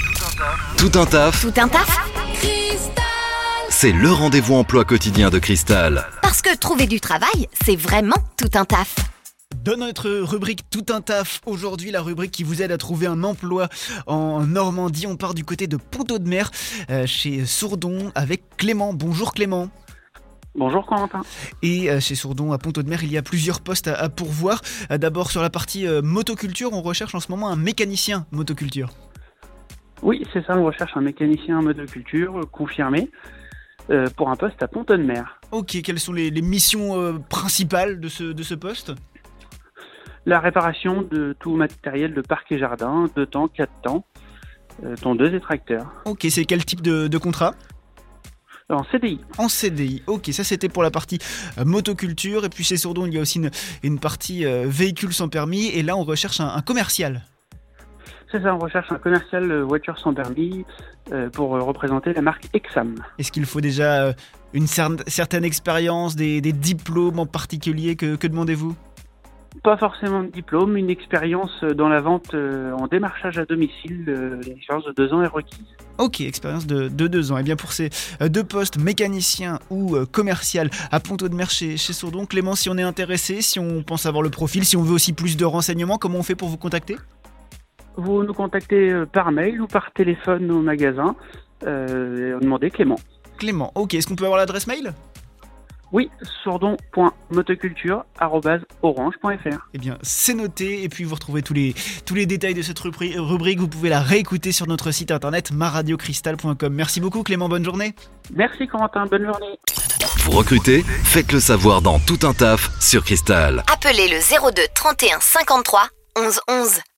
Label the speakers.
Speaker 1: Tout un taf,
Speaker 2: Tout un taf
Speaker 1: c'est le rendez-vous emploi quotidien de Cristal.
Speaker 2: Parce que trouver du travail, c'est vraiment tout un taf.
Speaker 3: Dans notre rubrique Tout un taf, aujourd'hui la rubrique qui vous aide à trouver un emploi en Normandie, on part du côté de Ponto de Mer, euh, chez Sourdon, avec Clément. Bonjour Clément.
Speaker 4: Bonjour Corentin.
Speaker 3: Et euh, chez Sourdon, à Ponto de Mer, il y a plusieurs postes à, à pourvoir. Euh, D'abord sur la partie euh, motoculture, on recherche en ce moment un mécanicien motoculture.
Speaker 4: Oui, c'est ça, on recherche un mécanicien mode de culture euh, confirmé euh, pour un poste à Pontonne-Mer.
Speaker 3: Ok, quelles sont les, les missions euh, principales de ce, de ce poste
Speaker 4: La réparation de tout matériel de parc et jardin, deux temps, quatre temps, euh, tondeuse et tracteur.
Speaker 3: Ok, c'est quel type de, de contrat
Speaker 4: En CDI,
Speaker 3: En CDI. Ok, ça c'était pour la partie euh, motoculture. Et puis chez Sourdon, il y a aussi une, une partie euh, véhicule sans permis. Et là, on recherche un, un commercial.
Speaker 4: c'est ça, on recherche un commercial euh, voiture sans permis euh, pour euh, représenter la marque Exam.
Speaker 3: Est-ce qu'il faut déjà euh, une cer- certaine expérience, des, des diplômes en particulier Que, que demandez-vous
Speaker 4: Pas forcément de diplôme, une expérience euh, dans la vente euh, en démarchage à domicile, euh, l'expérience de deux ans est requise.
Speaker 3: Ok, expérience de, de deux ans. Et bien pour ces euh, deux postes, mécanicien ou euh, commercial à Ponto de Mer chez, chez Sourdon, Clément, si on est intéressé, si on pense avoir le profil, si on veut aussi plus de renseignements, comment on fait pour vous contacter
Speaker 4: Vous nous contactez euh, par mail ou par téléphone au magasin euh, et on demandez Clément.
Speaker 3: Clément, ok, est-ce qu'on peut avoir l'adresse mail
Speaker 4: Oui, sourdon.motoculture.orange.fr.
Speaker 3: Eh bien, c'est noté. Et puis, vous retrouvez tous les, tous les détails de cette rubri- rubrique. Vous pouvez la réécouter sur notre site internet maradiocristal.com. Merci beaucoup, Clément. Bonne journée.
Speaker 4: Merci Corentin, bonne journée.
Speaker 1: Vous recrutez Faites le savoir dans Tout un taf sur Cristal.
Speaker 2: Appelez le 02 31 53 11 11.